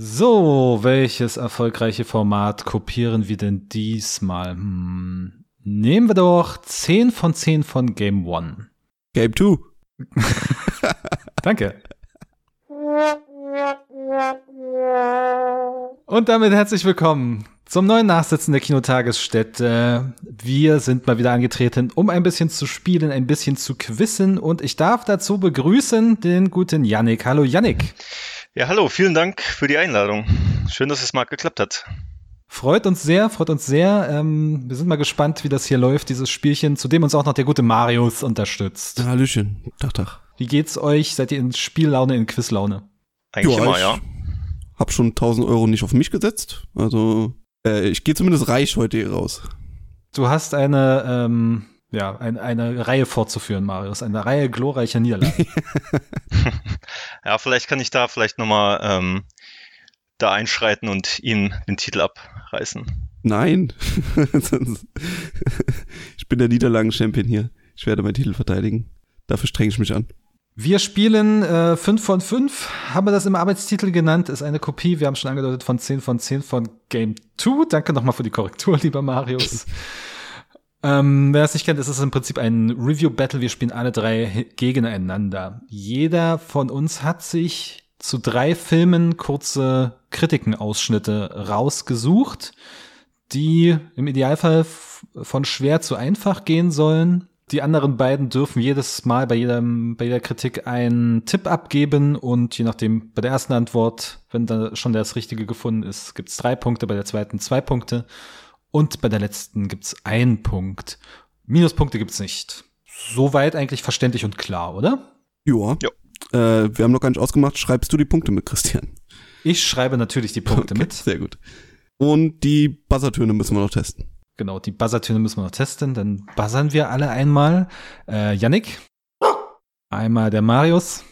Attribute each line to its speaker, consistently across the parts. Speaker 1: So, welches erfolgreiche Format kopieren wir denn diesmal? Hm. Nehmen wir doch 10 von 10 von Game One.
Speaker 2: Game 2.
Speaker 1: Danke. Und damit herzlich willkommen zum neuen Nachsitzen der Kinotagesstätte. Wir sind mal wieder angetreten, um ein bisschen zu spielen, ein bisschen zu quissen und ich darf dazu begrüßen den guten Yannick. Hallo Yannick.
Speaker 3: Ja, hallo, vielen Dank für die Einladung. Schön, dass es mal geklappt hat.
Speaker 1: Freut uns sehr, freut uns sehr. Ähm, wir sind mal gespannt, wie das hier läuft, dieses Spielchen, zu dem uns auch noch der gute Marius unterstützt.
Speaker 2: Ah, Hallöchen. Tag, Tag.
Speaker 1: Wie geht's euch? Seid ihr in Spiellaune, in Quizlaune?
Speaker 3: Eigentlich
Speaker 2: Ja,
Speaker 3: immer,
Speaker 2: ich-
Speaker 3: ja.
Speaker 2: Hab schon 1000 Euro nicht auf mich gesetzt. Also, äh, ich gehe zumindest reich heute hier raus.
Speaker 1: Du hast eine, ähm, ja, ein, eine Reihe fortzuführen, Marius. Eine Reihe glorreicher Niederlagen.
Speaker 3: Ja, vielleicht kann ich da vielleicht nochmal ähm, da einschreiten und ihm den Titel abreißen.
Speaker 2: Nein. Sonst- ich bin der Niederlagen-Champion hier. Ich werde meinen Titel verteidigen. Dafür strenge ich mich an.
Speaker 1: wir spielen äh, 5 von 5, haben wir das im Arbeitstitel genannt, ist eine Kopie, wir haben schon angedeutet, von 10 von 10 von Game 2. Danke nochmal für die Korrektur, lieber Marius. Ähm, wer es nicht kennt, ist es im Prinzip ein Review-Battle. Wir spielen alle drei hi- gegeneinander. Jeder von uns hat sich zu drei Filmen kurze Kritikenausschnitte rausgesucht, die im Idealfall f- von schwer zu einfach gehen sollen. Die anderen beiden dürfen jedes Mal bei, jedem, bei jeder Kritik einen Tipp abgeben und je nachdem bei der ersten Antwort, wenn da schon das Richtige gefunden ist, gibt's drei Punkte, bei der zweiten zwei Punkte und bei der letzten gibt's einen Punkt. Minuspunkte gibt's nicht. Soweit eigentlich verständlich und klar, oder?
Speaker 2: Joa.
Speaker 3: Ja.
Speaker 2: Äh, wir haben noch gar nicht ausgemacht. Schreibst du die Punkte mit, Christian?
Speaker 1: Ich schreibe natürlich die Punkte
Speaker 2: Okay,
Speaker 1: mit.
Speaker 2: Sehr gut. Und die Buzzertöne müssen wir noch testen.
Speaker 1: Genau, die Buzzertöne müssen wir noch testen. Dann buzzern wir alle einmal. Äh, Yannick. Einmal der Marius.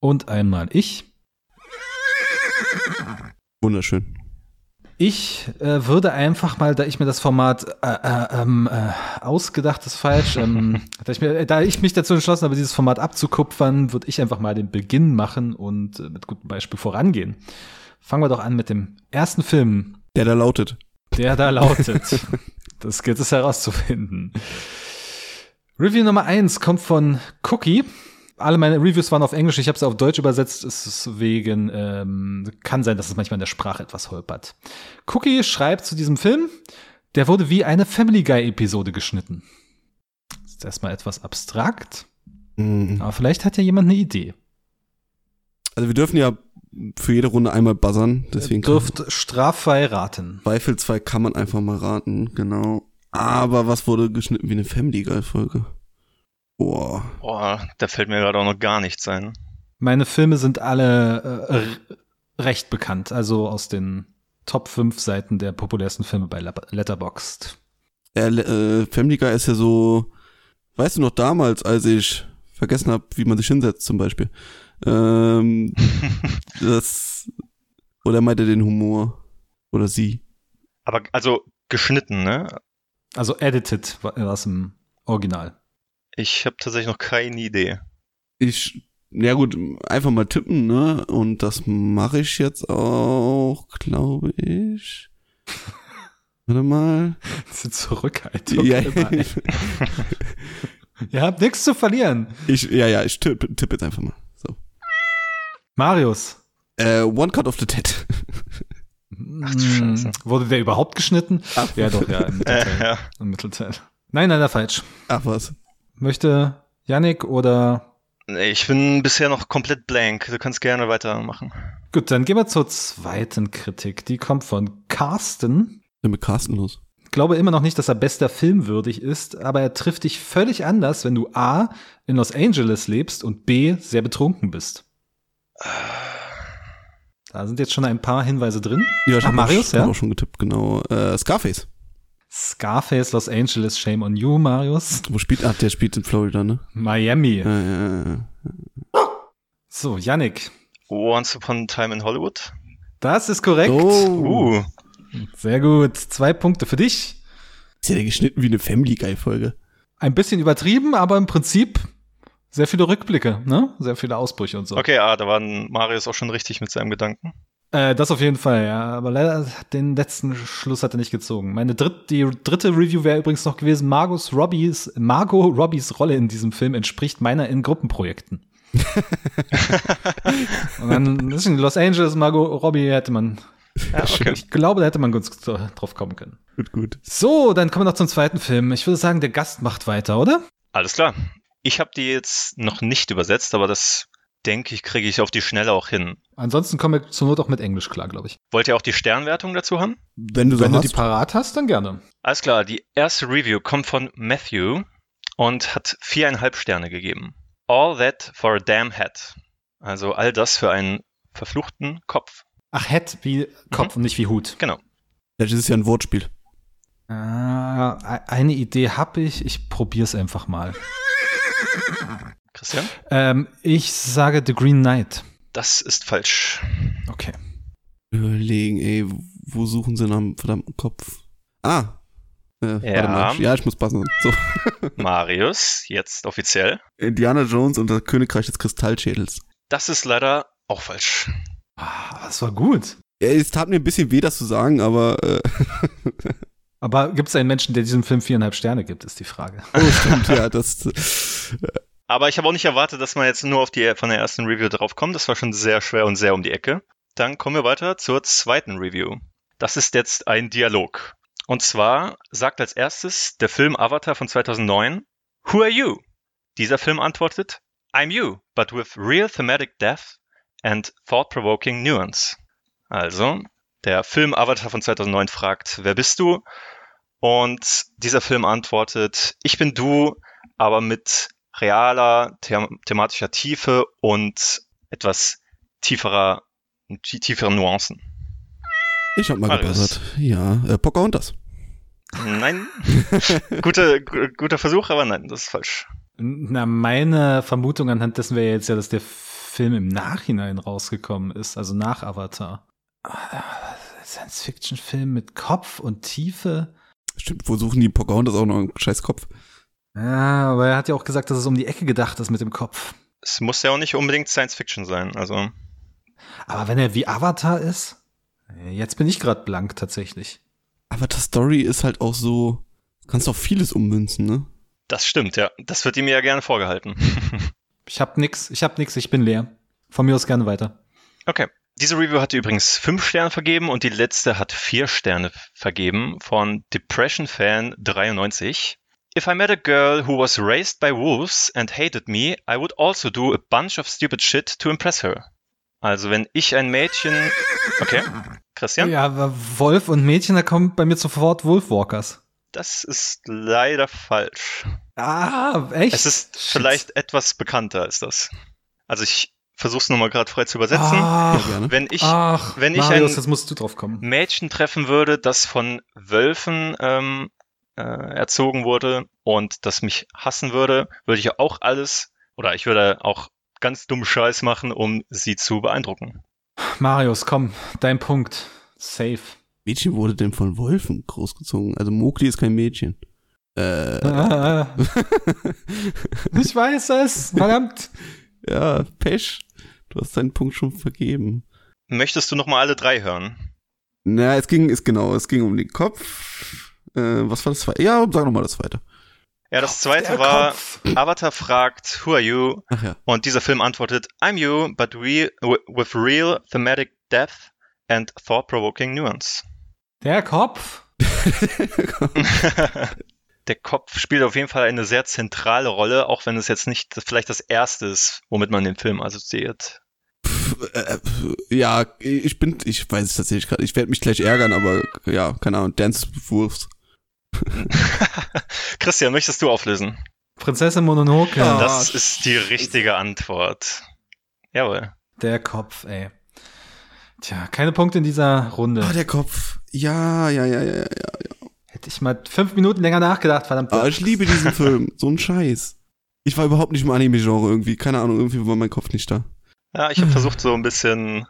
Speaker 1: Und einmal ich.
Speaker 2: Wunderschön.
Speaker 1: Ich äh, würde einfach mal, da ich mir das Format äh, äh, ähm, äh, ausgedacht ist falsch, ähm, da, ich mir, da ich mich dazu entschlossen habe, dieses Format abzukupfern, würde ich einfach mal den Beginn machen und äh, mit gutem Beispiel vorangehen. Fangen wir doch an mit dem ersten Film,
Speaker 2: Der da lautet.
Speaker 1: der da lautet. das gilt es herauszufinden. Review Nummer eins kommt von Cookie. Alle meine Reviews waren auf Englisch, ich habe es auf Deutsch übersetzt, es ist wegen, ähm, kann sein, dass es manchmal in der Sprache etwas holpert. Cookie schreibt zu diesem Film, der wurde wie eine Family Guy-Episode geschnitten. Das ist erstmal etwas abstrakt,
Speaker 2: Mhm.
Speaker 1: aber vielleicht hat ja jemand eine Idee.
Speaker 2: Also wir dürfen ja für jede Runde einmal buzzern, deswegen kann-
Speaker 1: Dürft straffrei raten.
Speaker 2: zweifelsfrei kann man einfach mal raten, genau. Aber was wurde geschnitten wie eine Family Guy Folge? Boah.
Speaker 3: Boah, da fällt mir gerade auch noch gar nichts ein.
Speaker 1: Meine Filme sind alle äh, r- recht bekannt, also aus den Top 5 Seiten der populärsten Filme bei Lab- Letterboxd.
Speaker 2: Äh, le- äh, Family Guy ist ja so, weißt du noch damals, als ich vergessen habe, wie man sich hinsetzt zum Beispiel. Ähm, das oder meint er den Humor oder sie?
Speaker 3: Aber also geschnitten, ne?
Speaker 1: Also edited war war es im Original.
Speaker 3: Ich habe tatsächlich noch keine Idee.
Speaker 2: Ich ja gut, einfach mal tippen, ne? Und das mache ich jetzt auch, glaube ich. Warte mal.
Speaker 1: Diese Zurückhaltung.
Speaker 2: ja,
Speaker 1: immer, ey. Ihr habt nichts zu verlieren.
Speaker 2: ich, ja, ja, ich tippe tipp jetzt einfach mal. So.
Speaker 1: Marius.
Speaker 2: Äh, One Cut of the Dead.
Speaker 3: Ach du Scheiße.
Speaker 1: Mm, Wurde der überhaupt geschnitten?
Speaker 2: Ach,
Speaker 1: Ja, doch, ja, im
Speaker 3: Äh,
Speaker 1: Mittelteil.
Speaker 3: ja.
Speaker 1: Im Mittelteil. Nein, leider falsch.
Speaker 2: Ach was.
Speaker 1: Möchte Yannick oder.
Speaker 3: Nee, Ich bin bisher noch komplett blank. Du kannst gerne weitermachen.
Speaker 1: Gut, dann gehen wir zur zweiten Kritik. Die kommt von Carsten.
Speaker 2: Dann mit Carsten los.
Speaker 1: Ich glaube immer noch nicht, dass er bester Film würdig ist, aber er trifft dich völlig anders, wenn du A in Los Angeles lebst und B sehr betrunken bist. Da sind jetzt schon ein paar Hinweise drin.
Speaker 2: Ja, ich
Speaker 1: Ach,
Speaker 2: hab
Speaker 1: Marius,
Speaker 2: auch, ich hab
Speaker 1: ja?
Speaker 2: auch schon getippt, genau. Äh, Scarface.
Speaker 1: Scarface, Los Angeles, Shame on You, Marius.
Speaker 2: Wo spielt, ah, der spielt in Florida, ne?
Speaker 1: Miami.
Speaker 2: Ja, ja, ja, ja.
Speaker 1: So, Yannick.
Speaker 3: Once Upon a Time in Hollywood?
Speaker 1: Das ist korrekt.
Speaker 2: Oh.
Speaker 3: Uh,
Speaker 1: Sehr gut. Zwei Punkte für dich.
Speaker 2: Ist ja der geschnitten wie eine Family Guy Folge.
Speaker 1: Ein bisschen übertrieben, aber im Prinzip sehr viele Rückblicke, ne? Sehr viele Ausbrüche und so.
Speaker 3: okay, ah, da war Marius auch schon richtig mit seinem Gedanken.
Speaker 1: Äh, das auf jeden Fall, ja. Aber leider den letzten Schluss hat er nicht gezogen. Meine dritt, die dritte Review wäre übrigens noch gewesen, Margos Robbys, Margot Robbys Rolle in diesem Film entspricht meiner in Gruppenprojekten. Und dann ist in Los Angeles, Margot Robbie hätte man.
Speaker 3: Ja, okay.
Speaker 1: Ich glaube, da hätte man ganz drauf kommen können.
Speaker 2: Gut, gut.
Speaker 1: So, dann kommen wir noch zum zweiten Film. Ich würde sagen, der Gast macht weiter, oder?
Speaker 3: Alles klar. Ich habe die jetzt noch nicht übersetzt, aber das denke ich, kriege ich auf die Schnelle auch hin.
Speaker 1: Ansonsten kommen wir zur Not auch mit Englisch klar, glaube ich.
Speaker 3: Wollt ihr auch die Sternwertung dazu haben?
Speaker 2: Wenn du so
Speaker 1: Wenn du
Speaker 2: hast,
Speaker 1: die parat hast, dann gerne.
Speaker 3: Alles klar, die erste Review kommt von Matthew und hat viereinhalb Sterne gegeben. All that for a damn hat. Also all das für einen verfluchten Kopf.
Speaker 1: Ach, Head wie Kopf und nicht wie Hut.
Speaker 2: das ist ja ein Wortspiel.
Speaker 1: Äh, e-, eine Idee habe ich. Ich probiere es einfach mal.
Speaker 3: Christian?
Speaker 1: Ähm, ich sage The Green Knight.
Speaker 3: Das ist falsch.
Speaker 1: Okay.
Speaker 2: Überlegen, ey, wo suchen sie nach dem verdammten Kopf? Ah. Äh,
Speaker 3: Ja.
Speaker 2: Warte mal. ja, ich muss passen. So.
Speaker 3: Marius, jetzt offiziell.
Speaker 2: Indiana Jones und das Königreich des Kristallschädels.
Speaker 3: Das ist leider auch falsch.
Speaker 1: Ah, das war gut.
Speaker 2: Ja, es tat mir ein bisschen weh, das zu sagen, aber äh,
Speaker 1: Aber gibt es einen Menschen, der diesem Film viereinhalb Sterne gibt, ist die Frage.
Speaker 2: oh, stimmt, ja, das. äh,
Speaker 3: Aber ich habe auch nicht erwartet, dass man jetzt nur auf die von der ersten Review drauf kommt. Das war schon sehr schwer und sehr um die Ecke. Dann kommen wir weiter zur zweiten Review. Das ist jetzt ein Dialog. Und zwar sagt als erstes der Film Avatar von 2009, Who are you? Dieser Film antwortet, I'm you, but with real thematic depth and thought-provoking nuance. Also, der Film Avatar von 2009 fragt, wer bist du? Und dieser Film antwortet, ich bin du, aber mit realer them thematischer Tiefe und etwas tieferer, tie- tieferen Nuancen.
Speaker 2: Ich hab mal
Speaker 3: Alles.
Speaker 2: gebessert. Ja, äh, Pocahontas.
Speaker 3: Nein, guter, gu- guter Versuch, aber nein, das ist falsch.
Speaker 1: Na, meine Vermutung anhand dessen wäre jetzt ja, dass der Film im Nachhinein rausgekommen ist, also nach Avatar. Ah, Science-Fiction-Film mit Kopf und Tiefe.
Speaker 2: Stimmt, wo suchen die Pocahontas auch noch einen scheiß Kopf?
Speaker 1: Ja, aber er hat ja auch gesagt, dass es um die Ecke gedacht ist mit dem Kopf.
Speaker 3: Es muss ja auch nicht unbedingt Science Fiction sein. Also,
Speaker 1: Aber wenn er wie Avatar ist, jetzt bin ich gerade blank tatsächlich.
Speaker 2: Aber das Story ist halt auch so, kannst auch vieles ummünzen, ne?
Speaker 3: das stimmt, ja. Das wird ihm ja gerne vorgehalten.
Speaker 1: Ich hab nix, ich hab nix, ich bin leer. Von mir aus gerne weiter.
Speaker 3: Diese Review hatte übrigens fünf Sterne vergeben und die letzte hat vier Sterne vergeben von Depression Fan 93. If I met a girl who was raised by wolves and hated me, I would also do a bunch of stupid shit to impress her. Also wenn ich ein Mädchen, okay, Christian,
Speaker 1: aber Wolf und Mädchen, da kommt bei mir sofort Wolfwalkers.
Speaker 3: das ist leider falsch.
Speaker 1: Ah, echt?
Speaker 3: Es ist
Speaker 1: Shit.
Speaker 3: vielleicht etwas bekannter als das. Also ich versuche es nochmal gerade frei zu
Speaker 1: Ah.
Speaker 3: übersetzen.
Speaker 2: Ja,
Speaker 1: Ach,
Speaker 2: gerne.
Speaker 3: Wenn ich
Speaker 1: ach
Speaker 3: wenn ich
Speaker 1: Marius,
Speaker 3: ein-
Speaker 1: jetzt musst du drauf kommen.
Speaker 3: Mädchen treffen würde, das von Wölfen ähm, äh, erzogen wurde und das mich hassen würde, würde ich auch alles oder ich würde auch ganz dummen Scheiß machen, um sie zu beeindrucken.
Speaker 1: Marius, komm, dein Punkt. Safe.
Speaker 2: Mädchen wurde denn von Wolfen großgezogen? Also Mowgli ist kein Mädchen. Äh,
Speaker 1: Ah, ich weiß es, verdammt.
Speaker 2: ja, Pech. Du hast deinen Punkt schon vergeben.
Speaker 3: Möchtest du nochmal alle drei hören?
Speaker 2: Na, es ging, ist genau, es ging um den Kopf. Äh, was war das zweite? Ja, sag nochmal das zweite.
Speaker 3: Ja, das zweite
Speaker 1: Der
Speaker 3: war,
Speaker 1: Kopf.
Speaker 3: Avatar fragt, who are you?
Speaker 2: Ach ja.
Speaker 3: Und dieser Film antwortet, I'm you, but we, wi- with real thematic depth and thought-provoking nuance.
Speaker 1: Der Kopf.
Speaker 3: Der Kopf spielt auf jeden Fall eine sehr zentrale Rolle, auch wenn es jetzt nicht vielleicht das erste ist, womit man den Film assoziiert.
Speaker 2: Pff, äh, pff, ja, ich bin, ich weiß es tatsächlich gerade. Ich werde mich gleich ärgern, aber ja, keine Ahnung. Dance Wolves.
Speaker 3: Christian, möchtest du auflösen?
Speaker 1: Prinzessin Mononoke.
Speaker 2: Ja. Ah,
Speaker 3: das ist die richtige Antwort. Jawohl.
Speaker 1: Der Kopf, ey. Tja, keine Punkte in dieser Runde.
Speaker 2: Ah, der Kopf. Ja, ja, ja, ja, ja.
Speaker 1: Hätte ich mal fünf Minuten länger nachgedacht, verdammt.
Speaker 3: Ah,
Speaker 2: Aber ich liebe diesen Film. So ein Scheiß. Ich war überhaupt nicht im Anime-Genre irgendwie. Keine Ahnung, irgendwie war mein Kopf nicht da.
Speaker 3: Ja, ich habe versucht, so ein bisschen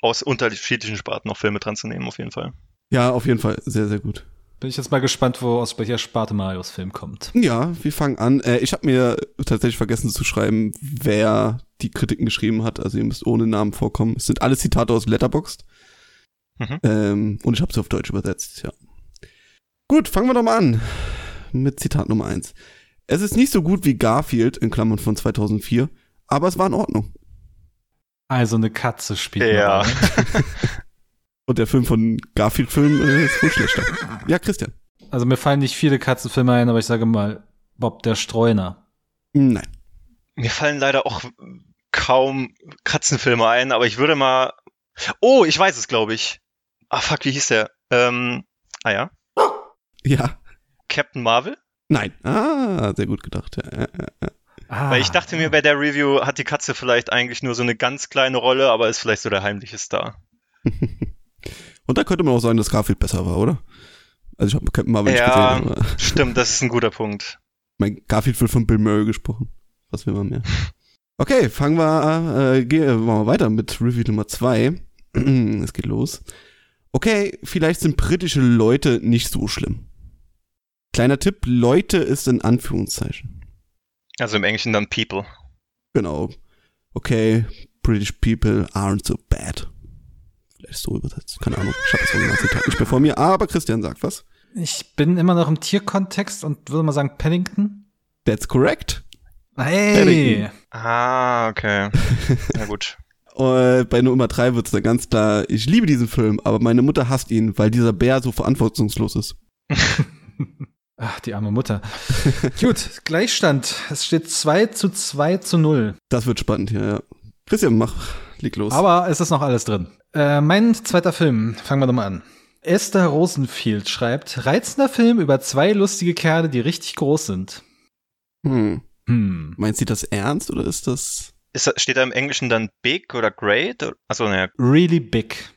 Speaker 3: aus unterschiedlichen Sparten noch Filme dran zu nehmen, auf jeden Fall.
Speaker 2: Ja, auf jeden Fall. Sehr, sehr gut.
Speaker 1: Bin ich jetzt mal gespannt, wo aus welcher Sparte Marius Film kommt.
Speaker 2: Ja, wir fangen an. Äh, ich habe mir tatsächlich vergessen zu schreiben, wer die Kritiken geschrieben hat. Also ihr müsst ohne Namen vorkommen. Es sind alles Zitate aus Letterboxd.
Speaker 3: Mhm.
Speaker 2: Ähm, und ich habe sie auf Deutsch übersetzt, ja. Gut, fangen wir doch mal an mit Zitat Nummer eins. Es ist nicht so gut wie Garfield, in Klammern von 2004, aber es war in Ordnung.
Speaker 1: Also eine Katze spielt. eine
Speaker 3: Ja.
Speaker 1: Rolle.
Speaker 2: Und der Film von Garfield-Film äh, ist wohl schlechter. Ja, Christian.
Speaker 1: Also mir fallen nicht viele Katzenfilme ein, aber ich sage mal Bob der Streuner.
Speaker 2: Nein.
Speaker 3: Mir fallen leider auch kaum Katzenfilme ein, aber ich würde mal. Oh, ich weiß es, glaube ich. Ah, fuck, wie hieß der? Ähm, ah ja.
Speaker 2: Ja.
Speaker 3: Captain Marvel?
Speaker 2: Nein. Ah, sehr gut gedacht. Ja, ja, ja.
Speaker 1: Ah,
Speaker 3: Weil ich dachte mir, bei der Review hat die Katze vielleicht eigentlich nur so eine ganz kleine Rolle, aber ist vielleicht so der heimliche Star.
Speaker 2: Und da könnte man auch sagen, dass Garfield besser war, oder? Also ich habe Captain Marvel nicht
Speaker 3: Ja.
Speaker 2: gesehen, aber
Speaker 3: Stimmt, das ist ein guter Punkt.
Speaker 2: mein Garfield wird von Bill Murray gesprochen. Was will man mehr? Okay, fangen wir, äh, gehen, machen wir weiter mit Review Nummer 2. es geht los. Okay, vielleicht sind britische Leute nicht so schlimm. Kleiner Tipp, Leute ist in Anführungszeichen.
Speaker 3: Also im Englischen dann People.
Speaker 2: Genau. Okay, British people aren't so bad. Vielleicht so übersetzt. Keine Ahnung, ich habe das original Zitat nicht mehr vor mir. Aber Christian sagt was.
Speaker 1: Ich bin immer noch im Tierkontext und würde mal sagen Paddington.
Speaker 2: That's correct.
Speaker 1: Hey!
Speaker 3: Ah, okay. Na gut.
Speaker 2: Und Äh, bei Nummer drei wird's dann ganz klar, ich liebe diesen Film, aber meine Mutter hasst ihn, weil dieser Bär so verantwortungslos ist.
Speaker 1: Ach, die arme Mutter. Gut, Gleichstand. Es steht 2 zu 2 zu 0.
Speaker 2: Das wird spannend hier, ja. Christian, mach, leg los.
Speaker 1: Aber es ist noch alles drin. Äh, mein zweiter Film. Fangen wir doch mal an. Esther Rosenfield schreibt, reizender Film über zwei lustige Kerle, die richtig groß sind.
Speaker 2: hm.
Speaker 1: Hm.
Speaker 2: Meinst du das ernst oder ist das?
Speaker 3: Ist, da- steht da im Englischen dann Big oder Great? Achso, naja.
Speaker 1: Really big.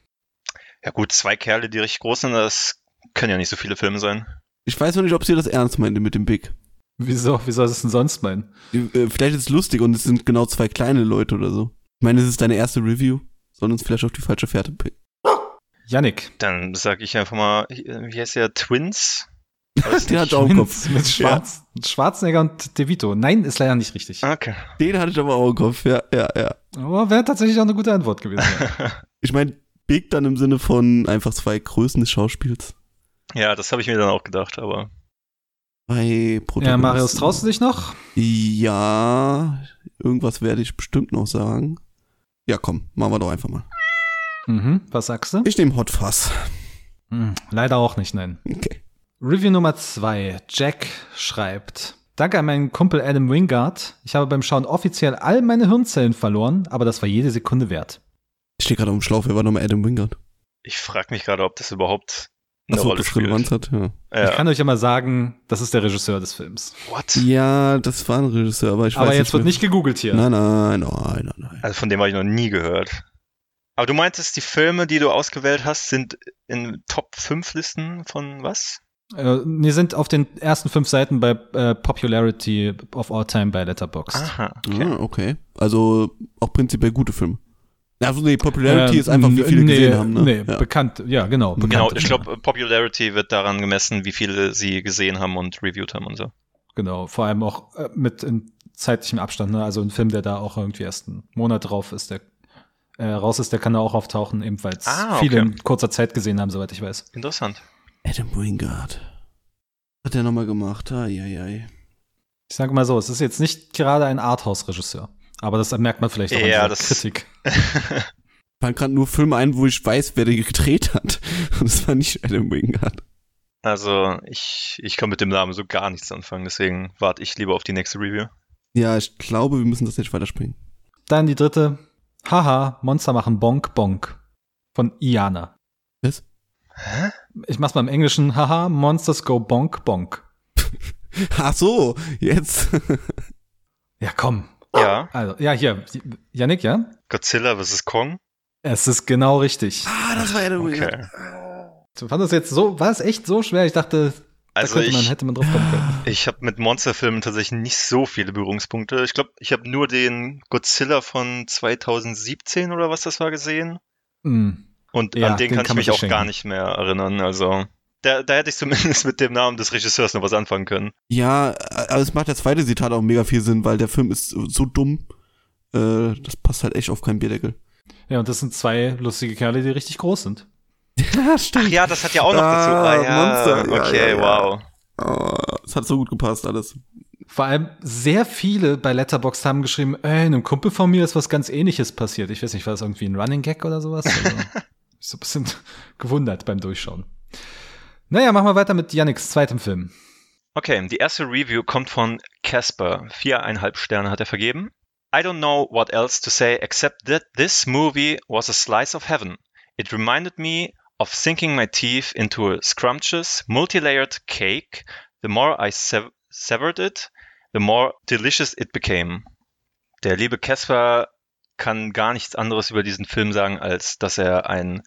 Speaker 3: Ja gut, zwei Kerle, die richtig groß sind, das können ja nicht so viele Filme sein.
Speaker 2: Ich weiß noch nicht, ob sie das ernst meinte mit dem Big.
Speaker 1: Wieso? Wie soll es denn sonst meinen?
Speaker 2: Äh, Vielleicht ist es lustig und es sind genau zwei kleine Leute oder so. Ich meine, es ist deine erste Review, sollen uns vielleicht auf die falsche Fährte picken.
Speaker 1: Yannick.
Speaker 3: Dann sage ich einfach mal, äh, wie heißt der? Twins?
Speaker 2: Den hatte ich auch im Kopf.
Speaker 1: Mit Schwarz, Schwarzenegger und De Vito. Nein, ist leider nicht richtig.
Speaker 3: Ah, Okay.
Speaker 2: Den hatte ich aber auch im Kopf, ja, ja, ja.
Speaker 1: Aber wäre tatsächlich auch eine gute Antwort gewesen. ja.
Speaker 2: Ich meine, Big dann im Sinne von einfach zwei Größen des Schauspiels.
Speaker 3: ja, das habe ich mir dann auch gedacht, aber
Speaker 2: Bei
Speaker 1: ja, Marius, traust du dich noch?
Speaker 2: Ja, irgendwas werde ich bestimmt noch sagen. Ja, komm, machen wir doch einfach mal.
Speaker 1: Mhm. Was sagst du?
Speaker 2: Ich nehme Hot Fuzz.
Speaker 1: Hm, leider auch nicht, nein.
Speaker 2: Okay.
Speaker 1: Review Nummer zwei. Jack schreibt. Danke an meinen Kumpel Adam Wingard. Ich habe beim Schauen offiziell all meine Hirnzellen verloren, aber das war jede Sekunde wert.
Speaker 2: Ich stehe gerade auf dem Schlauch, wer war nochmal Adam Wingard?
Speaker 3: ich frage mich gerade, ob das überhaupt eine
Speaker 2: Achso, ob
Speaker 3: Rolle
Speaker 2: das
Speaker 3: spielt.
Speaker 2: Relevanz hat, ja.
Speaker 1: Ich
Speaker 3: Ja.
Speaker 1: kann euch ja mal sagen, das ist der Regisseur des Films.
Speaker 3: What?
Speaker 2: Ja, das war ein Regisseur, aber ich
Speaker 1: aber
Speaker 2: weiß ne?
Speaker 1: jetzt wird
Speaker 2: mehr.
Speaker 1: nicht Ah, gegoogelt hier.
Speaker 2: Nein, nein, nein, nein, nein.
Speaker 3: Also von dem habe ich noch nie gehört. Aber du meintest, die Filme, die du ausgewählt hast, sind in Top 5 Listen von was?
Speaker 1: Äh, wir sind auf den ersten fünf Seiten bei äh, Popularity of All Time bei Letterboxd.
Speaker 3: Aha.
Speaker 1: Hm,
Speaker 3: Okay.
Speaker 2: Ah, okay. Also auch prinzipiell gute Filme. Also nee, Popularity
Speaker 1: Ähm,
Speaker 2: ist einfach, wie viele
Speaker 1: nee,
Speaker 2: gesehen haben, ne?
Speaker 1: Nee,
Speaker 2: ja.
Speaker 1: bekannt, ja, genau. Bekannt
Speaker 3: Genau,
Speaker 1: ist,
Speaker 3: ich glaube, Popularity wird daran gemessen, wie viele sie gesehen haben und reviewed haben und so.
Speaker 1: Genau, vor allem auch äh, mit in zeitlichem Abstand, ne? also ein Film, der da auch irgendwie erst einen Monat drauf ist, der äh, raus ist, der kann da auch auftauchen, ebenfalls
Speaker 3: Ah, okay.
Speaker 1: viele in kurzer Zeit gesehen haben, soweit ich weiß.
Speaker 3: Interessant.
Speaker 2: Adam Wingard. Hat er nochmal gemacht, Ah, ai, ai, ai.
Speaker 1: Ich sage mal so, es ist jetzt nicht gerade ein Arthouse-Regisseur, aber das merkt man vielleicht auch
Speaker 3: Ja,
Speaker 1: an dieser
Speaker 3: das-
Speaker 1: Kritik.
Speaker 2: Fallen gerade nur Filme ein, wo ich weiß, wer die gedreht hat. Und es war nicht Adam Wingard.
Speaker 3: also, ich, ich kann mit dem Namen so gar nichts anfangen, deswegen warte ich lieber auf die nächste Review.
Speaker 2: Ja, ich glaube, wir müssen das jetzt weiterspringen.
Speaker 1: Dann die dritte, haha, Monster machen Bonk Bonk von Iana.
Speaker 2: Was?
Speaker 3: Hä?
Speaker 1: Ich mach's mal im Englischen, haha, Monsters go Bonk Bonk.
Speaker 2: Ach so, jetzt.
Speaker 1: Ja, komm.
Speaker 3: Ja,
Speaker 1: Also, ja, hier, Yannick, ja?
Speaker 3: Godzilla vs. Kong.
Speaker 1: Es ist genau richtig.
Speaker 2: ah, das war Adam Wingard.
Speaker 3: Okay.
Speaker 1: Du fandest jetzt so, war es echt so schwer? Ich dachte,
Speaker 3: Also
Speaker 1: da könnte man,
Speaker 3: ich,
Speaker 1: hätte man drauf kommen können.
Speaker 3: ich habe mit Monsterfilmen tatsächlich nicht so viele Berührungspunkte. Ich glaube, ich habe nur den Godzilla von 2017 oder was das war gesehen.
Speaker 1: Mm.
Speaker 3: Und
Speaker 1: Ja,
Speaker 3: an den,
Speaker 1: den
Speaker 3: kann,
Speaker 1: kann man
Speaker 3: ich mich auch
Speaker 1: sich
Speaker 3: gar
Speaker 1: schenken.
Speaker 3: nicht mehr erinnern. Also da, da hätte ich zumindest mit dem Namen des Regisseurs noch was anfangen können.
Speaker 2: also Ja, aber es macht der zweite Zitat auch mega viel Sinn, weil der Film ist so dumm. Äh, das passt halt echt auf keinen Bierdeckel.
Speaker 1: Ja, und das sind zwei lustige Kerle, die richtig groß sind.
Speaker 2: Ja, stimmt.
Speaker 3: Ach ja, das hat ja auch noch dazu.
Speaker 2: Ah,
Speaker 3: Ah, ja.
Speaker 2: Monster. Ja,
Speaker 3: okay,
Speaker 2: ja, ja.
Speaker 3: wow.
Speaker 2: Oh, es hat so gut gepasst alles.
Speaker 1: Vor allem sehr viele bei Letterboxd haben geschrieben, ey, einem Kumpel von mir ist was ganz ähnliches passiert. Ich weiß nicht, war das irgendwie ein Running Gag oder sowas? Also, ich so ein bisschen gewundert beim Durchschauen. Naja, machen wir weiter mit Yannicks zweitem Film.
Speaker 3: Okay, die erste Review kommt von Casper. Viereinhalb Sterne hat er vergeben. I don't know what else to say except that this movie was a slice of heaven. It reminded me of sinking my teeth into a scrumptious, multi-layered cake. The more I sev severed it, the more delicious it became. Der liebe Casper kann gar nichts anderes über diesen Film sagen, als dass er ein,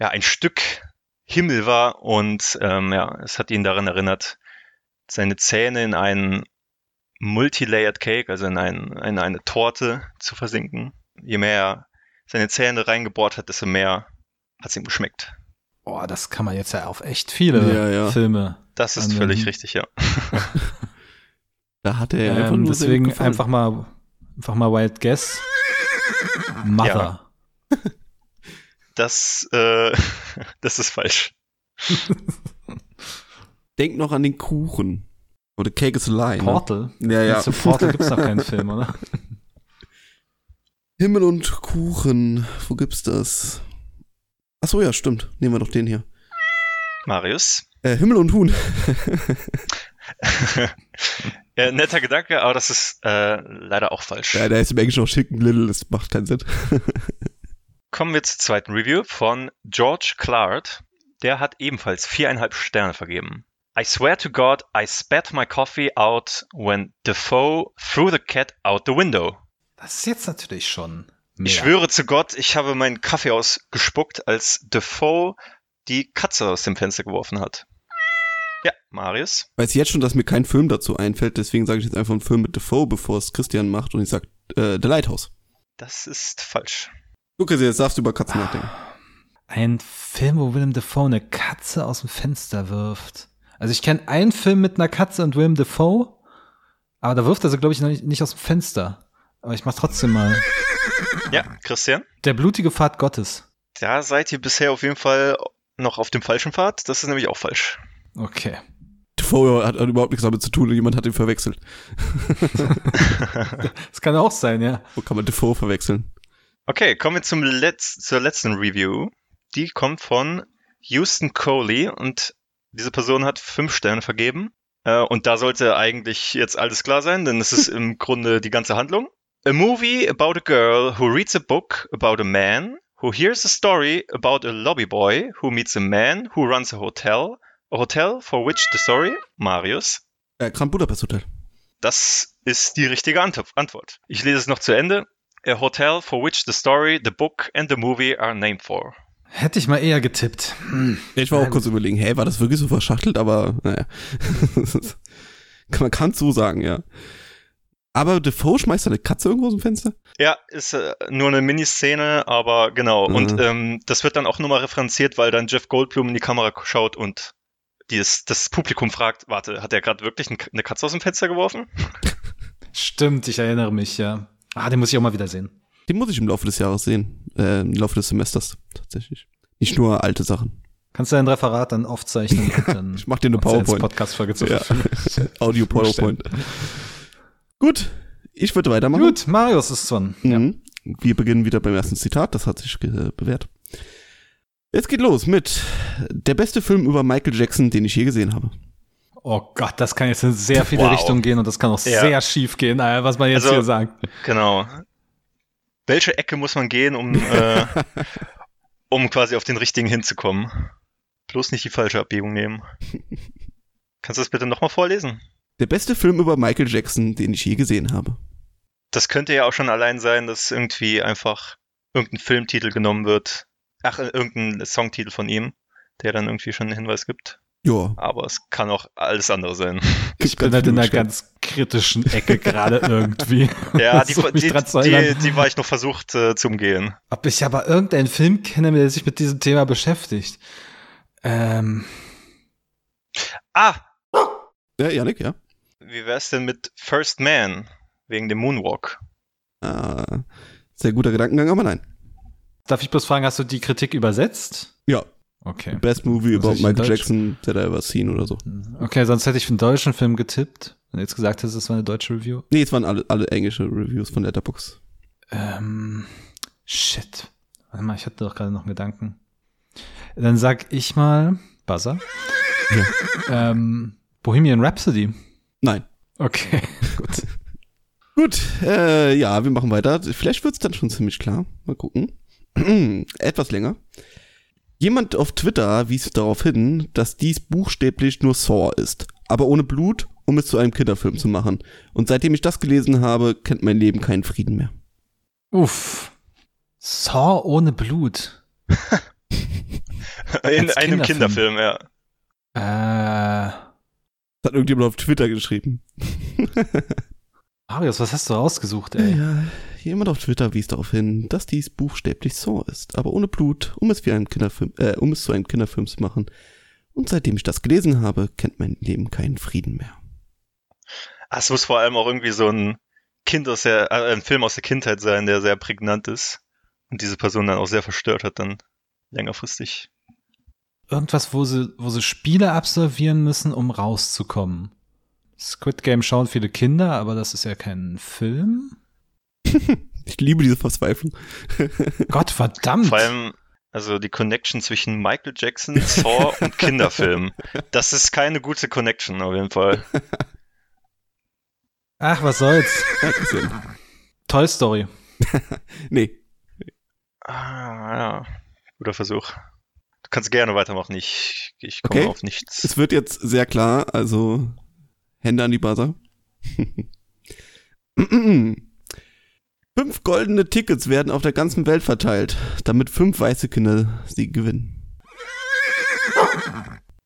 Speaker 3: ja, ein Stück Himmel war und ähm, ja, es hat ihn daran erinnert, seine Zähne in einen Multilayered Cake, also in, einen, in eine Torte zu versinken. Je mehr er seine Zähne reingebohrt hat, desto mehr hat es ihm geschmeckt.
Speaker 1: Boah, das kann man jetzt ja auf echt viele
Speaker 2: Ja, ja.
Speaker 1: Filme.
Speaker 3: Das ist
Speaker 1: Anwenden.
Speaker 3: völlig richtig, ja.
Speaker 2: Da hat er einfach
Speaker 1: Ähm,
Speaker 2: nur sehr gut
Speaker 1: deswegen
Speaker 2: gefallen.
Speaker 1: einfach mal, einfach mal Wild Guess. Mother.
Speaker 3: Ja. Das, äh, das ist falsch.
Speaker 2: Denk noch an den Kuchen. Oder Cake is a Lie. Ne?
Speaker 1: Portal.
Speaker 2: Ja, ja.
Speaker 1: Zu Portal gibt's noch keinen Film, oder?
Speaker 2: Himmel und Kuchen. Wo gibt's das? Ach so, ja, stimmt. Nehmen wir doch den hier.
Speaker 3: Marius?
Speaker 2: Äh, Himmel und Huhn.
Speaker 3: ja, Äh, netter Gedanke, aber das ist äh, leider auch falsch.
Speaker 2: Ja, der ist im Englischen auch Chicken Little. Das macht keinen Sinn.
Speaker 3: Kommen wir zur zweiten Review von George Clark. Der hat ebenfalls viereinhalb Sterne vergeben. I swear to God, I spat my coffee out when Defoe threw the cat out the window.
Speaker 1: Das ist jetzt natürlich schon. Mehr.
Speaker 3: Ich schwöre zu Gott, ich habe meinen Kaffee ausgespuckt, als Defoe die Katze aus dem Fenster geworfen hat. Ja, Marius.
Speaker 2: Weiß jetzt schon, dass mir kein Film dazu einfällt. Deswegen sage ich jetzt einfach einen Film mit Defoe, bevor es Christian macht. Und ich sag, äh, The Lighthouse.
Speaker 3: Das ist falsch.
Speaker 2: So, Christian, jetzt darfst du über Katzen nachdenken.
Speaker 1: Ein Film, wo Willem Dafoe eine Katze aus dem Fenster wirft. Also ich kenne einen Film mit einer Katze und Willem Dafoe, aber da wirft er sie, glaube ich, noch nicht, nicht aus dem Fenster. Aber ich mach's trotzdem mal.
Speaker 3: Ja, Christian.
Speaker 1: Der blutige Pfad Gottes.
Speaker 3: Da seid ihr bisher auf jeden Fall noch auf dem falschen Pfad. Das ist nämlich auch falsch.
Speaker 1: Okay.
Speaker 2: Defoe hat, hat überhaupt nichts damit zu tun. Jemand hat ihn verwechselt.
Speaker 1: Das kann auch sein, ja.
Speaker 2: Wo kann man Defoe verwechseln?
Speaker 3: Okay, kommen wir zum Letz zur letzten Review. Die kommt von Houston Coley und diese Person hat fünf Sterne vergeben. Äh, und da sollte eigentlich jetzt alles klar sein, denn es ist im Grunde die ganze Handlung. A movie about a girl who reads a book about a man who hears a story about a lobby boy who meets a man who runs a hotel. A hotel for which the story, Marius,
Speaker 2: Äh, Grand Budapest Hotel.
Speaker 3: das ist die richtige Ant Antwort. Ich lese es noch zu Ende. A hotel for which the story, the book and the movie are named for.
Speaker 1: Hätte ich mal eher getippt. Hm.
Speaker 2: Ich war
Speaker 1: Na
Speaker 2: auch kurz überlegen, hey, war das wirklich so verschachtelt? Aber naja. Kann- Man kann so sagen, ja. Aber Defoe schmeißt eine Katze irgendwo aus dem Fenster?
Speaker 3: Ja, ist äh, nur eine Miniszene, aber genau.
Speaker 2: Mhm.
Speaker 3: Und ähm, das wird dann auch nochmal referenziert, weil dann Jeff Goldblum in die Kamera schaut und dieses, das Publikum fragt, warte, hat er gerade wirklich ein- eine Katze aus dem Fenster geworfen?
Speaker 1: Stimmt, ich erinnere mich, ja. Ah, den muss ich auch mal wieder sehen.
Speaker 2: Den muss ich im Laufe des Jahres sehen. Äh, Im Laufe des Semesters, tatsächlich. Nicht nur alte Sachen.
Speaker 1: Kannst du dein Referat dann aufzeichnen und dann
Speaker 2: Ich mach dir eine
Speaker 1: uns als
Speaker 2: PowerPoint.
Speaker 1: Podcast-Folge zur
Speaker 2: Ja.
Speaker 1: Verfügung.
Speaker 2: Audio PowerPoint. Gut, ich würde weitermachen.
Speaker 1: Gut, Marius ist dran.
Speaker 2: Mhm. Wir beginnen wieder beim ersten Zitat, das hat sich äh, bewährt. Jetzt geht los mit der beste Film über Michael Jackson, den ich je gesehen habe.
Speaker 1: Oh Gott, das kann jetzt in sehr viele
Speaker 3: Wow.
Speaker 1: Richtungen gehen und das kann auch
Speaker 3: Ja.
Speaker 1: sehr schief gehen, äh, was man jetzt
Speaker 3: Also-
Speaker 1: hier sagt.
Speaker 3: Genau. Welche Ecke muss man gehen, um, äh, um quasi auf den richtigen hinzukommen? Bloß nicht die falsche Abbiegung nehmen. Kannst du das bitte nochmal vorlesen?
Speaker 2: Der beste Film über Michael Jackson, den ich je gesehen habe.
Speaker 3: Das könnte ja auch schon allein sein, dass irgendwie einfach irgendein Filmtitel genommen wird. Ach, äh, irgendein Songtitel von ihm, der dann irgendwie schon einen Hinweis gibt.
Speaker 2: Ja,
Speaker 3: Aber es kann auch alles andere sein.
Speaker 1: Ich bin halt in einer ganz kritischen Ecke gerade irgendwie.
Speaker 3: Ja, die,
Speaker 1: Versuch mich
Speaker 3: die,
Speaker 1: dran zu
Speaker 3: die,
Speaker 1: erinnern.
Speaker 3: die war ich noch versucht äh, zu umgehen.
Speaker 1: Ob ich aber irgendeinen Film kenne, der sich mit diesem Thema beschäftigt. Ähm,
Speaker 3: Ah,
Speaker 2: Ja, Janik, ja.
Speaker 3: wie wär's denn mit First Man wegen dem Moonwalk?
Speaker 2: Ah, sehr guter Gedankengang, aber nein.
Speaker 1: Darf ich bloß fragen, hast du die Kritik übersetzt?
Speaker 2: Ja,
Speaker 1: Okay.
Speaker 2: Best Movie
Speaker 1: Was
Speaker 2: about
Speaker 1: ist in
Speaker 2: Michael
Speaker 1: Deutsch?
Speaker 2: Jackson that I ever seen oder so.
Speaker 1: Okay, sonst hätte ich für einen deutschen Film getippt. Wenn du jetzt gesagt hättest, es war eine deutsche Review.
Speaker 2: Nee, es waren alle, alle englische Reviews von Letterboxd.
Speaker 1: Ähm, shit. Warte mal, ich hatte doch gerade noch einen Gedanken. Dann sag ich mal, Buzzer. ähm, Bohemian Rhapsody.
Speaker 2: Nein.
Speaker 1: Okay, gut.
Speaker 2: Gut, äh, ja, wir machen weiter. Vielleicht wird's dann schon ziemlich klar. Mal gucken. Etwas länger. Jemand auf Twitter wies darauf hin, dass dies buchstäblich nur Saw ist, aber ohne Blut, um es zu einem Kinderfilm zu machen. Und seitdem ich das gelesen habe, kennt mein Leben keinen Frieden mehr.
Speaker 1: Uff. Saw ohne Blut.
Speaker 3: Äh, In
Speaker 1: Als
Speaker 3: einem
Speaker 1: Kinderfilm.
Speaker 3: Kinderfilm, ja.
Speaker 1: Äh,
Speaker 2: Das hat irgendjemand auf Twitter geschrieben.
Speaker 1: Marius, was hast du rausgesucht, ey?
Speaker 2: Ja, jemand auf Twitter wies darauf hin, dass dies buchstäblich Saw ist, aber ohne Blut, um es wie einem Kinderfilm, äh, um es zu einem Kinderfilm zu machen. Und seitdem ich das gelesen habe, kennt mein Leben keinen Frieden mehr.
Speaker 3: Ah, Es muss vor allem auch irgendwie so ein Kind aus der, äh, ein Film aus der Kindheit sein, der sehr prägnant ist und diese Person dann auch sehr verstört hat, dann längerfristig.
Speaker 1: Irgendwas, wo sie, wo sie Spiele absolvieren müssen, um rauszukommen. Squid Game schauen viele Kinder, aber das ist ja kein Film.
Speaker 2: Ich liebe diese Verzweiflung.
Speaker 1: Gott verdammt.
Speaker 3: Vor allem, also die Connection zwischen Michael Jackson, Saw und Kinderfilm. Das ist keine gute Connection auf jeden Fall.
Speaker 1: Ach, was soll's.
Speaker 2: Ja, Christian.
Speaker 1: Toy Story.
Speaker 2: nee,
Speaker 3: Ah, ja. Guter Versuch. Du kannst gerne weitermachen. Ich, ich komme
Speaker 2: Okay.
Speaker 3: auf nichts.
Speaker 2: es wird jetzt sehr klar, also Hände an die Buzzer. fünf goldene Tickets werden auf der ganzen Welt verteilt, damit fünf weiße Kinder sie gewinnen.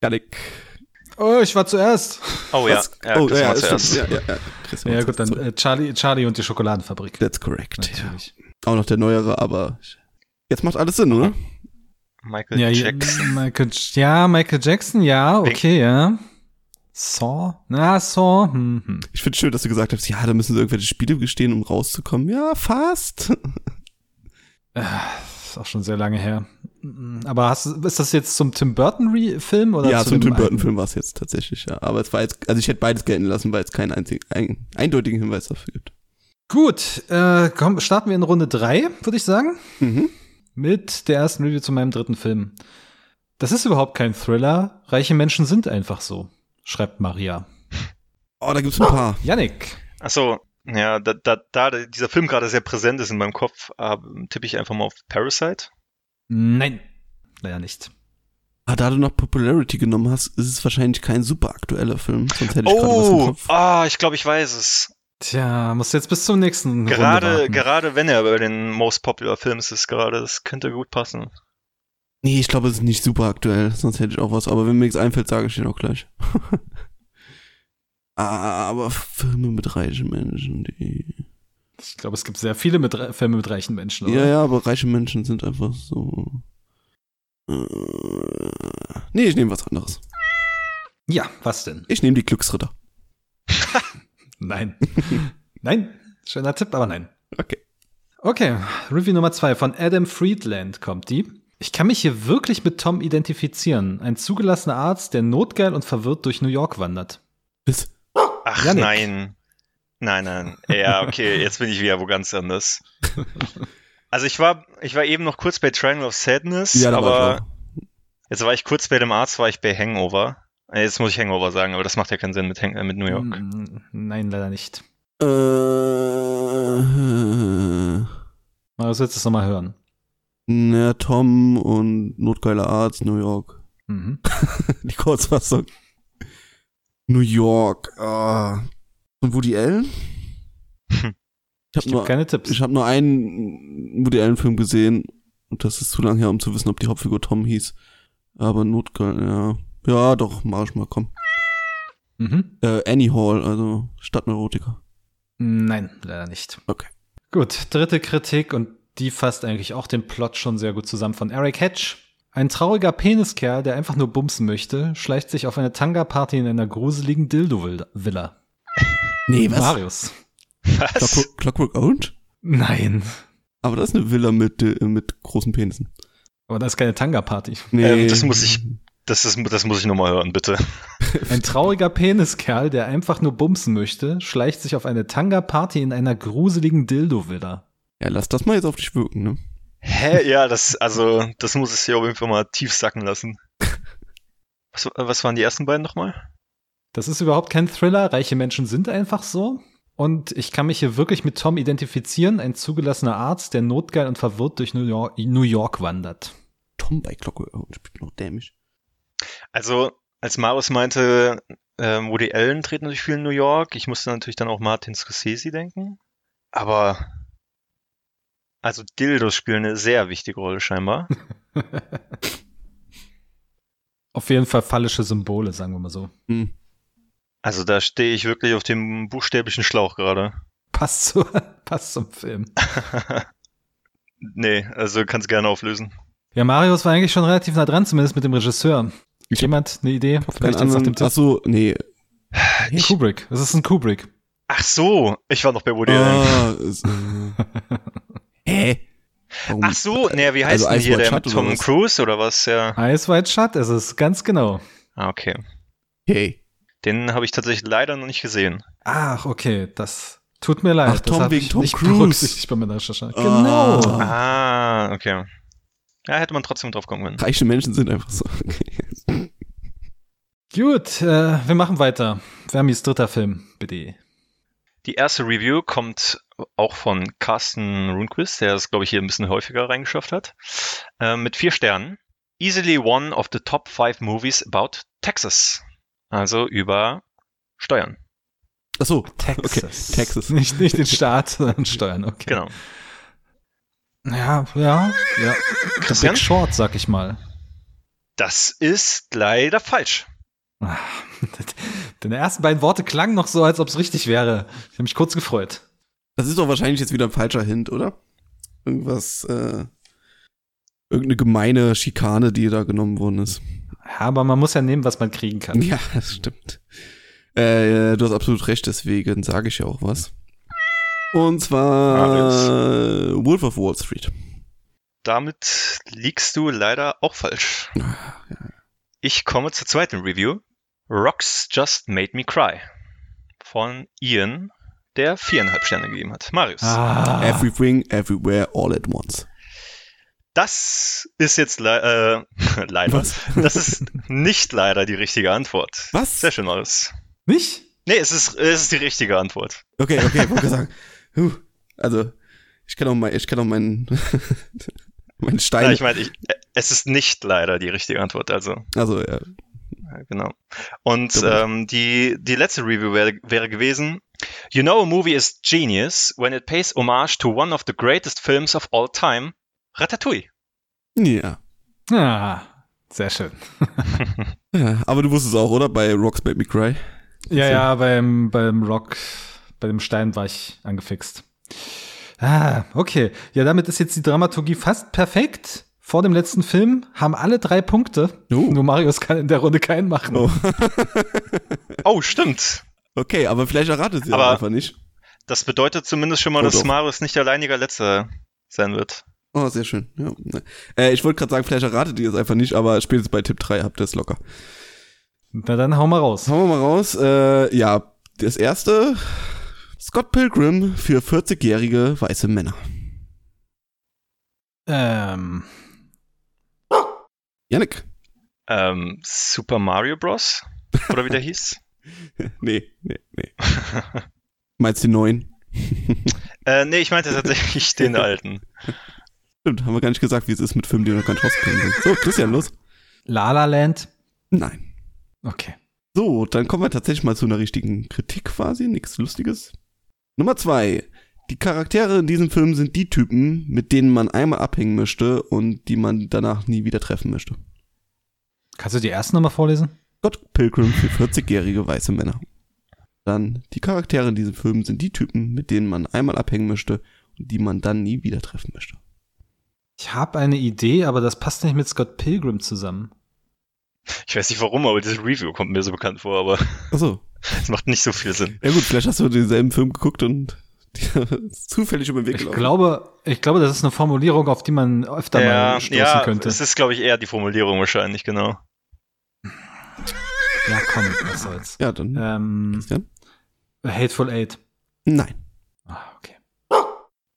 Speaker 2: Janik.
Speaker 1: Oh, ich war zuerst.
Speaker 3: Oh ja,
Speaker 2: Was?
Speaker 3: ja,
Speaker 2: oh,
Speaker 3: das
Speaker 2: ja,
Speaker 3: war
Speaker 2: ja, stimmt.
Speaker 3: zuerst.
Speaker 2: Ja, ja, ja. Chris
Speaker 1: Ja
Speaker 2: war
Speaker 1: gut, dann
Speaker 2: zuerst.
Speaker 1: äh, Charlie, Charlie und die Schokoladenfabrik.
Speaker 2: That's correct. Ja.
Speaker 1: Natürlich.
Speaker 2: Auch noch der neuere, aber jetzt macht alles Sinn, oder?
Speaker 3: Michael
Speaker 1: Ja, ja,
Speaker 3: Jackson.
Speaker 1: Michael, ja, Michael Jackson, ja, okay, ja. Saw? Na, Saw. Hm, hm.
Speaker 2: Ich finde schön, dass du gesagt hast, ja, da müssen sie irgendwelche Spiele gestehen, um rauszukommen. Ja, fast.
Speaker 1: Ist auch schon sehr lange her. Mhm. Aber hast, du- ist das jetzt zum Tim Burton-Film? oder
Speaker 2: ja,
Speaker 1: zu
Speaker 2: zum
Speaker 1: dem
Speaker 2: Tim
Speaker 1: alten?
Speaker 2: Burton-Film war es jetzt tatsächlich, ja. Aber es war jetzt, also ich hätte beides gelten lassen, weil es keinen einzigen, ein, eindeutigen Hinweis dafür gibt.
Speaker 1: Gut, äh, komm, starten wir in Runde drei, würde ich sagen.
Speaker 2: Mhm.
Speaker 1: Mit der ersten Review zu meinem dritten Film. Das ist überhaupt kein Thriller. Reiche Menschen sind einfach so, schreibt Maria.
Speaker 2: Oh, da gibt's ein paar.
Speaker 1: Yannick.
Speaker 3: Achso, ja, da, da, da dieser Film gerade sehr präsent ist in meinem Kopf, ähm, tippe ich einfach mal auf Parasite.
Speaker 1: Nein, leider nicht.
Speaker 2: Ah, da du noch Popularity genommen hast, ist es wahrscheinlich kein super aktueller Film, sonst hätte ich gerade was im
Speaker 3: oh,
Speaker 2: Kopf.
Speaker 3: ah, ich glaube, ich weiß es.
Speaker 1: Tja, musst jetzt bis zum nächsten Runde
Speaker 3: Gerade,
Speaker 1: warten.
Speaker 3: gerade wenn er bei den Most Popular Films ist, gerade, das könnte gut passen.
Speaker 2: Nee, ich glaube, es ist nicht super aktuell, sonst hätte ich auch was. Aber wenn mir nichts einfällt, sage ich dir auch gleich. Ah, aber Filme mit reichen Menschen, die.
Speaker 1: Ich glaube, es gibt sehr viele mit, Filme mit reichen Menschen. Oder?
Speaker 2: Ja, ja, aber reiche Menschen sind einfach so. Äh, Nee, ich nehme was anderes.
Speaker 1: ja, was denn?
Speaker 2: Ich nehme die Glücksritter.
Speaker 1: Nein. nein, schöner Tipp, aber nein.
Speaker 2: Okay.
Speaker 1: Okay, Review Nummer zwei von Adam Friedland kommt die. Ich kann mich hier wirklich mit Tom identifizieren. Ein zugelassener Arzt, der notgeil und verwirrt durch New York wandert.
Speaker 2: Bis.
Speaker 3: Ach
Speaker 1: Yannick.
Speaker 3: nein. Nein, nein. Ja, okay, jetzt bin ich wieder wo ganz anders. Also ich war, ich war eben noch kurz bei Triangle of Sadness,
Speaker 2: Ja, da war
Speaker 3: aber
Speaker 2: ich auch.
Speaker 3: jetzt war ich kurz bei dem Arzt, war ich bei Hangover. Äh, Jetzt muss ich Hangover sagen, aber das macht ja keinen Sinn mit, Hang äh, mit New York.
Speaker 1: Mm, Nein, leider nicht.
Speaker 2: Äh,
Speaker 1: Marius, willst du es nochmal hören?
Speaker 2: na, Tom und Notgeiler Arzt, New York.
Speaker 1: Mhm.
Speaker 2: Die Kurzfassung. New York. Ah. Und Woody Allen?
Speaker 3: Hm.
Speaker 2: Ich habe
Speaker 1: Ich gebe
Speaker 2: nur,
Speaker 1: keine Tipps.
Speaker 2: ich hab nur einen Woody Allen-Film gesehen. Und das ist zu lang her, um zu wissen, ob die Hauptfigur Tom hieß. Aber Notgeil, ja. Ja, doch, mach ich mal, komm.
Speaker 1: Mhm.
Speaker 2: Äh, Annie Hall, also Stadtneurotiker.
Speaker 1: Nein, leider nicht.
Speaker 2: Okay.
Speaker 1: Gut, dritte Kritik und die fasst eigentlich auch den Plot schon sehr gut zusammen von Eric Hatch. Ein trauriger Peniskerl, der einfach nur bumsen möchte, schleicht sich auf eine Tanga-Party in einer gruseligen Dildo-Villa.
Speaker 2: Nee,
Speaker 1: Marius.
Speaker 3: Was?
Speaker 2: Clockwork, Clockwork Orange?
Speaker 1: Nein.
Speaker 2: Aber das ist eine Villa mit, äh, mit großen Penissen.
Speaker 1: Aber das ist keine Tanga-Party.
Speaker 3: Ähm, das muss ich- Das, ist, das muss ich nochmal hören, bitte.
Speaker 1: Ein trauriger Peniskerl, der einfach nur bumsen möchte, schleicht sich auf eine Tanga-Party in einer gruseligen Dildo-Villa.
Speaker 2: Ja, lass das mal jetzt auf dich wirken, ne?
Speaker 3: Hä? Ja, das, also, das muss ich hier auf jeden Fall mal tief sacken lassen. Was, äh, was waren die ersten beiden nochmal?
Speaker 1: Das ist überhaupt kein Thriller. Reiche Menschen sind einfach so. Und ich kann mich hier wirklich mit Tom identifizieren, ein zugelassener Arzt, der notgeil und verwirrt durch New York, New York wandert.
Speaker 2: Tom bei Glocke und spielt noch dämlich.
Speaker 3: Also, als Marius meinte, ähm, Woody Allen dreht natürlich viel in New York. Ich musste natürlich dann auch Martin Scorsese denken. Aber, also Dildos spielen eine sehr wichtige Rolle scheinbar.
Speaker 1: Auf jeden Fall fallische Symbole, sagen wir mal so.
Speaker 2: Hm.
Speaker 3: Also da stehe ich wirklich auf dem buchstäblichen Schlauch gerade.
Speaker 1: Passt, zu, passt zum Film.
Speaker 3: nee, also kannst gerne auflösen.
Speaker 1: Ja, Marius war eigentlich schon relativ nah dran, zumindest mit dem Regisseur.
Speaker 2: Ich
Speaker 1: Jemand eine Idee?
Speaker 2: Keinen
Speaker 1: Vielleicht jetzt nach
Speaker 2: anderen,
Speaker 1: dem
Speaker 2: ach
Speaker 1: Tipp.
Speaker 2: so, nee.
Speaker 1: Hey, Kubrick. Das ist ein Kubrick.
Speaker 3: Ach so, ich war noch bei Woody Allen.
Speaker 2: Ah, ist, äh. Hä? Warum?
Speaker 3: Ach so, nee, wie heißt
Speaker 2: also
Speaker 3: denn
Speaker 2: Ice
Speaker 3: hier
Speaker 2: Watch
Speaker 3: der mit
Speaker 2: Shut oder
Speaker 3: Tom
Speaker 2: was?
Speaker 3: Cruise oder was? Ja.
Speaker 1: Eisweit Shut ist es, ganz genau.
Speaker 3: Ah, okay.
Speaker 2: Hey.
Speaker 3: Den habe ich tatsächlich leider noch nicht gesehen.
Speaker 1: Ach, okay, das tut mir leid.
Speaker 2: Ach, Tom,
Speaker 1: das hab
Speaker 2: wegen
Speaker 1: ich
Speaker 2: Tom
Speaker 1: nicht
Speaker 2: Cruise.
Speaker 1: berücksichtigt bei meiner Recherche. Genau.
Speaker 3: Ah, okay. Ja, hätte man trotzdem drauf kommen können.
Speaker 2: Reiche Menschen sind einfach so. Okay.
Speaker 1: Gut, äh, wir machen weiter. Vermis dritter Film, bitte.
Speaker 3: Die erste Review kommt auch von Carsten Runquist, der es, glaube ich, hier ein bisschen häufiger reingeschafft hat. Äh, mit vier Sternen. Easily one of the top five movies about Texas. Also über Steuern.
Speaker 2: Ach so.
Speaker 1: Texas.
Speaker 2: Okay, Texas.
Speaker 1: Nicht, nicht den Staat, sondern Steuern, okay.
Speaker 3: Genau.
Speaker 1: Ja, ja, ja. The
Speaker 3: Christian?
Speaker 1: Big Short, sag ich mal.
Speaker 3: Das ist leider falsch.
Speaker 1: Ah, Deine ersten beiden Worte klangen noch so, als ob es richtig wäre. Ich habe mich kurz gefreut.
Speaker 2: Das ist doch wahrscheinlich jetzt wieder ein falscher Hint, oder? Irgendwas, äh, irgendeine gemeine Schikane, die da genommen worden ist.
Speaker 1: Ja, aber man muss ja nehmen, was man kriegen kann.
Speaker 2: Ja, das stimmt. Äh, du hast absolut recht, deswegen sage ich ja auch was. Und zwar äh, Wolf of Wall Street.
Speaker 3: Damit liegst du leider auch falsch. Ich komme zur zweiten Review. Rocks Just Made Me Cry. Von Ian, der viereinhalb Sterne gegeben hat. Marius.
Speaker 1: Ah,
Speaker 2: Everything, Everywhere, All at Once.
Speaker 3: Das ist jetzt le äh, leider. Das ist nicht leider die richtige Antwort.
Speaker 2: Was?
Speaker 3: Sehr schön, Marius.
Speaker 1: nicht?
Speaker 3: Nee, es ist, es ist die richtige Antwort.
Speaker 2: Okay, okay, wollte gerade sagen. Huh, also, ich kann auch, mein, ich kann auch meinen, meinen Stein.
Speaker 3: Ja, ich meine, ich, äh, es ist nicht leider die richtige Antwort. Also
Speaker 2: also, ja.
Speaker 3: Ja, genau. Und
Speaker 2: Doppelt.
Speaker 3: ähm, die, die letzte Review wäre, wäre gewesen: You know a movie is genius when it pays homage to one of the greatest films of all time, Ratatouille.
Speaker 2: ja.
Speaker 1: Ah, sehr schön.
Speaker 2: Ja, aber du wusstest auch, oder? Bei Rocks Made Me Cry.
Speaker 1: Ja,
Speaker 2: So.
Speaker 1: ja, beim, beim Rock, bei dem Stein war ich angefixt. Ah, okay. Ja, damit ist jetzt die Dramaturgie fast perfekt. Vor dem letzten Film haben alle drei Punkte.
Speaker 2: Oh.
Speaker 1: Nur Marius kann in der Runde keinen machen.
Speaker 2: Oh.
Speaker 3: Oh, stimmt.
Speaker 2: Okay, aber vielleicht erratet ihr
Speaker 3: Aber-
Speaker 2: einfach nicht.
Speaker 3: Das bedeutet zumindest schon mal,
Speaker 2: Oh,
Speaker 3: dass
Speaker 2: doch.
Speaker 3: Marius nicht alleiniger Letzter sein wird.
Speaker 2: Oh, sehr schön. Ja. ne. Äh, ich wollte gerade sagen, vielleicht erratet ihr es einfach nicht, aber spätestens bei Tipp 3 habt ihr es locker.
Speaker 1: Na dann hau mal raus.
Speaker 2: Schauen wir mal raus. Äh, ja, das erste. Scott Pilgrim für 40-jährige weiße Männer.
Speaker 1: Ähm,
Speaker 2: Yannick.
Speaker 3: Ähm, Super Mario Bros. Oder wie der hieß?
Speaker 2: Nee, nee, nee. Meinst du den neuen?
Speaker 3: Äh, nee, ich meinte tatsächlich den alten.
Speaker 2: Stimmt, haben wir gar nicht gesagt, wie es ist mit Filmen, die noch gar nicht rausgekommen sind. So, Christian, los.
Speaker 1: La La Land.
Speaker 2: Nein.
Speaker 1: Okay.
Speaker 2: So, dann kommen wir tatsächlich mal zu einer richtigen Kritik quasi, nichts Lustiges. Nummer zwei. Die Charaktere in diesem Film sind die Typen, mit denen man einmal abhängen möchte und die man danach nie wieder treffen möchte.
Speaker 1: Kannst du die ersten nochmal vorlesen?
Speaker 2: Gott Pilgrim für 40-jährige weiße Männer. Dann, die Charaktere in diesem Film sind die Typen, mit denen man einmal abhängen möchte und die man dann nie wieder treffen möchte.
Speaker 1: Ich habe eine Idee, aber das passt nicht mit Scott Pilgrim zusammen.
Speaker 3: Ich weiß nicht warum, aber dieses Review kommt mir so bekannt vor, aber
Speaker 2: Achso.
Speaker 3: es macht nicht so viel Sinn.
Speaker 2: Ja gut, vielleicht hast du denselben Film geguckt und Die ist zufällig über den Weg
Speaker 1: Ich
Speaker 2: gelaufen.
Speaker 1: glaube, ich glaube, das ist eine Formulierung, auf die man öfter
Speaker 3: ja,
Speaker 1: mal stoßen
Speaker 3: Ähm, ja
Speaker 1: könnte.
Speaker 3: es ist, glaube ich, eher die Formulierung wahrscheinlich, genau.
Speaker 1: ja, komm, was soll's.
Speaker 2: ja, dann.
Speaker 1: Ähm,
Speaker 2: Christian?
Speaker 1: Hateful Eight.
Speaker 2: Nein.
Speaker 1: Ah, okay.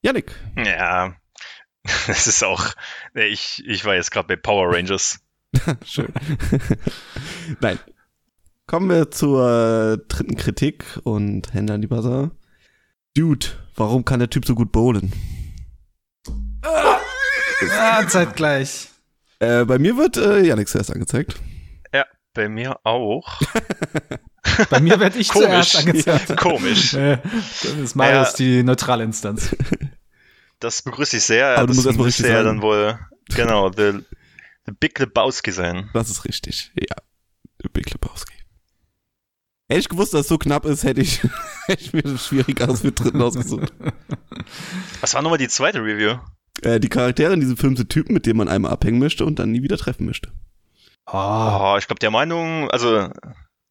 Speaker 2: Yannick.
Speaker 3: Ja, das ist auch. Nee, ich, ich war jetzt gerade bei Power Rangers.
Speaker 2: Schön. Nein. Kommen wir zur dritten Kritik und Hände an die Buzzer. Dude, warum kann der Typ so gut bowlen?
Speaker 1: Ah, zeitgleich.
Speaker 2: Äh, bei mir wird äh, Yannick zuerst angezeigt.
Speaker 3: Bei mir auch.
Speaker 1: Bei mir werde ich
Speaker 3: Komisch.
Speaker 1: zuerst angezeigt.
Speaker 3: Komisch.
Speaker 1: Äh, Das ist Marius,
Speaker 3: Ja.
Speaker 1: die neutrale Instanz.
Speaker 3: Das begrüße ich sehr.
Speaker 2: Aber du
Speaker 3: das
Speaker 2: musst erst mal
Speaker 3: müsste
Speaker 2: richtig
Speaker 3: ja
Speaker 2: sagen.
Speaker 3: dann wohl. Genau, The, the Big Lebowski sein.
Speaker 2: Das ist richtig. Ja. Big Lebowski. Hätte ich gewusst, dass es so knapp ist, hätte ich, hätte ich mir das Schwierigeres für den dritten ausgesucht.
Speaker 3: Was war nochmal die zweite Review?
Speaker 2: Äh, die Charaktere in diesem Film sind Typen, mit denen man einmal abhängen möchte und dann nie wieder treffen möchte.
Speaker 1: Oh,
Speaker 2: Ah.
Speaker 3: Oh, ich glaube, der Meinung, also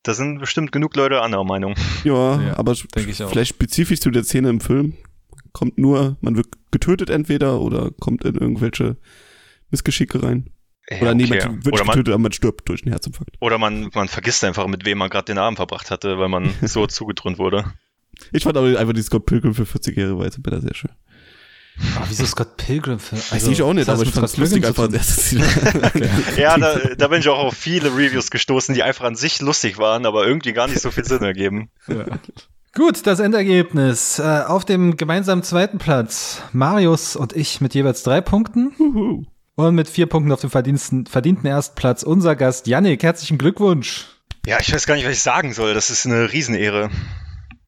Speaker 3: da sind bestimmt genug Leute anderer Meinung.
Speaker 2: Ja,
Speaker 1: Ja,
Speaker 2: aber sch-
Speaker 1: denk ich auch.
Speaker 2: vielleicht spezifisch zu der Szene im Film. Kommt nur, man wird getötet entweder oder kommt in irgendwelche Missgeschicke rein. Oder
Speaker 3: Ja,
Speaker 2: nee,
Speaker 3: okay.
Speaker 2: man wird
Speaker 3: oder,
Speaker 2: nicht
Speaker 3: man,
Speaker 2: getötet, aber man stirbt durch einen Herzinfarkt.
Speaker 3: oder man, man vergisst einfach, mit wem man gerade den Abend verbracht hatte, weil man so zugedröhnt wurde.
Speaker 2: Ich fand aber einfach die Scott Pilgrim für 40 Jahre Weise Bilder sehr schön.
Speaker 1: aber Ah, wieso Scott Pilgrim für. also
Speaker 2: Weiß ich auch nicht, aber ich fand es lustig einfach als erstes wieder.
Speaker 3: Ja, da, da bin ich auch auf viele Reviews gestoßen, die einfach an sich lustig waren, aber irgendwie gar nicht so viel Sinn ergeben.
Speaker 1: Gut, das Endergebnis. Äh, auf dem gemeinsamen zweiten Platz Marius und ich mit jeweils drei Punkten
Speaker 2: Juhu.
Speaker 1: und mit vier Punkten auf dem verdienten, verdienten Erstplatz unser Gast Yannick. Herzlichen Glückwunsch.
Speaker 3: Ja, ich weiß gar nicht, was ich sagen soll. Das ist eine Riesenehre.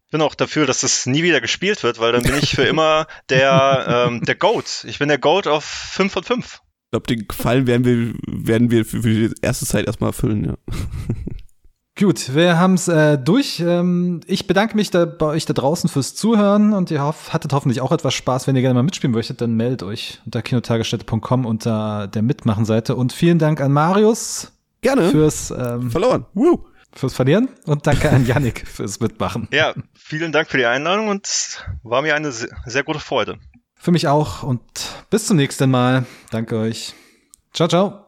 Speaker 3: Ich bin auch dafür, dass das nie wieder gespielt wird, weil dann bin ich für immer der, ähm, der Goat. Ich bin der Goat auf 5 von 5.
Speaker 2: Ich glaube, den Gefallen werden wir, werden wir für, für die erste Zeit erstmal erfüllen, ja.
Speaker 1: Gut, wir haben's äh, durch. Ähm, ich bedanke mich da bei euch da draußen fürs Zuhören und ihr hoff, hattet hoffentlich auch etwas Spaß. Wenn ihr gerne mal mitspielen möchtet, dann meldet euch unter kinotagesstätte.com unter der Mitmachen-Seite. Und vielen Dank an Marius
Speaker 2: Gerne.
Speaker 1: fürs, ähm,
Speaker 2: Verloren. Woo.
Speaker 1: fürs Verlieren und danke an Yannick fürs Mitmachen.
Speaker 3: Ja, vielen Dank für die Einladung und es war mir eine se- sehr gute Freude.
Speaker 1: Für mich auch und bis zum nächsten Mal. Danke euch. Ciao, ciao.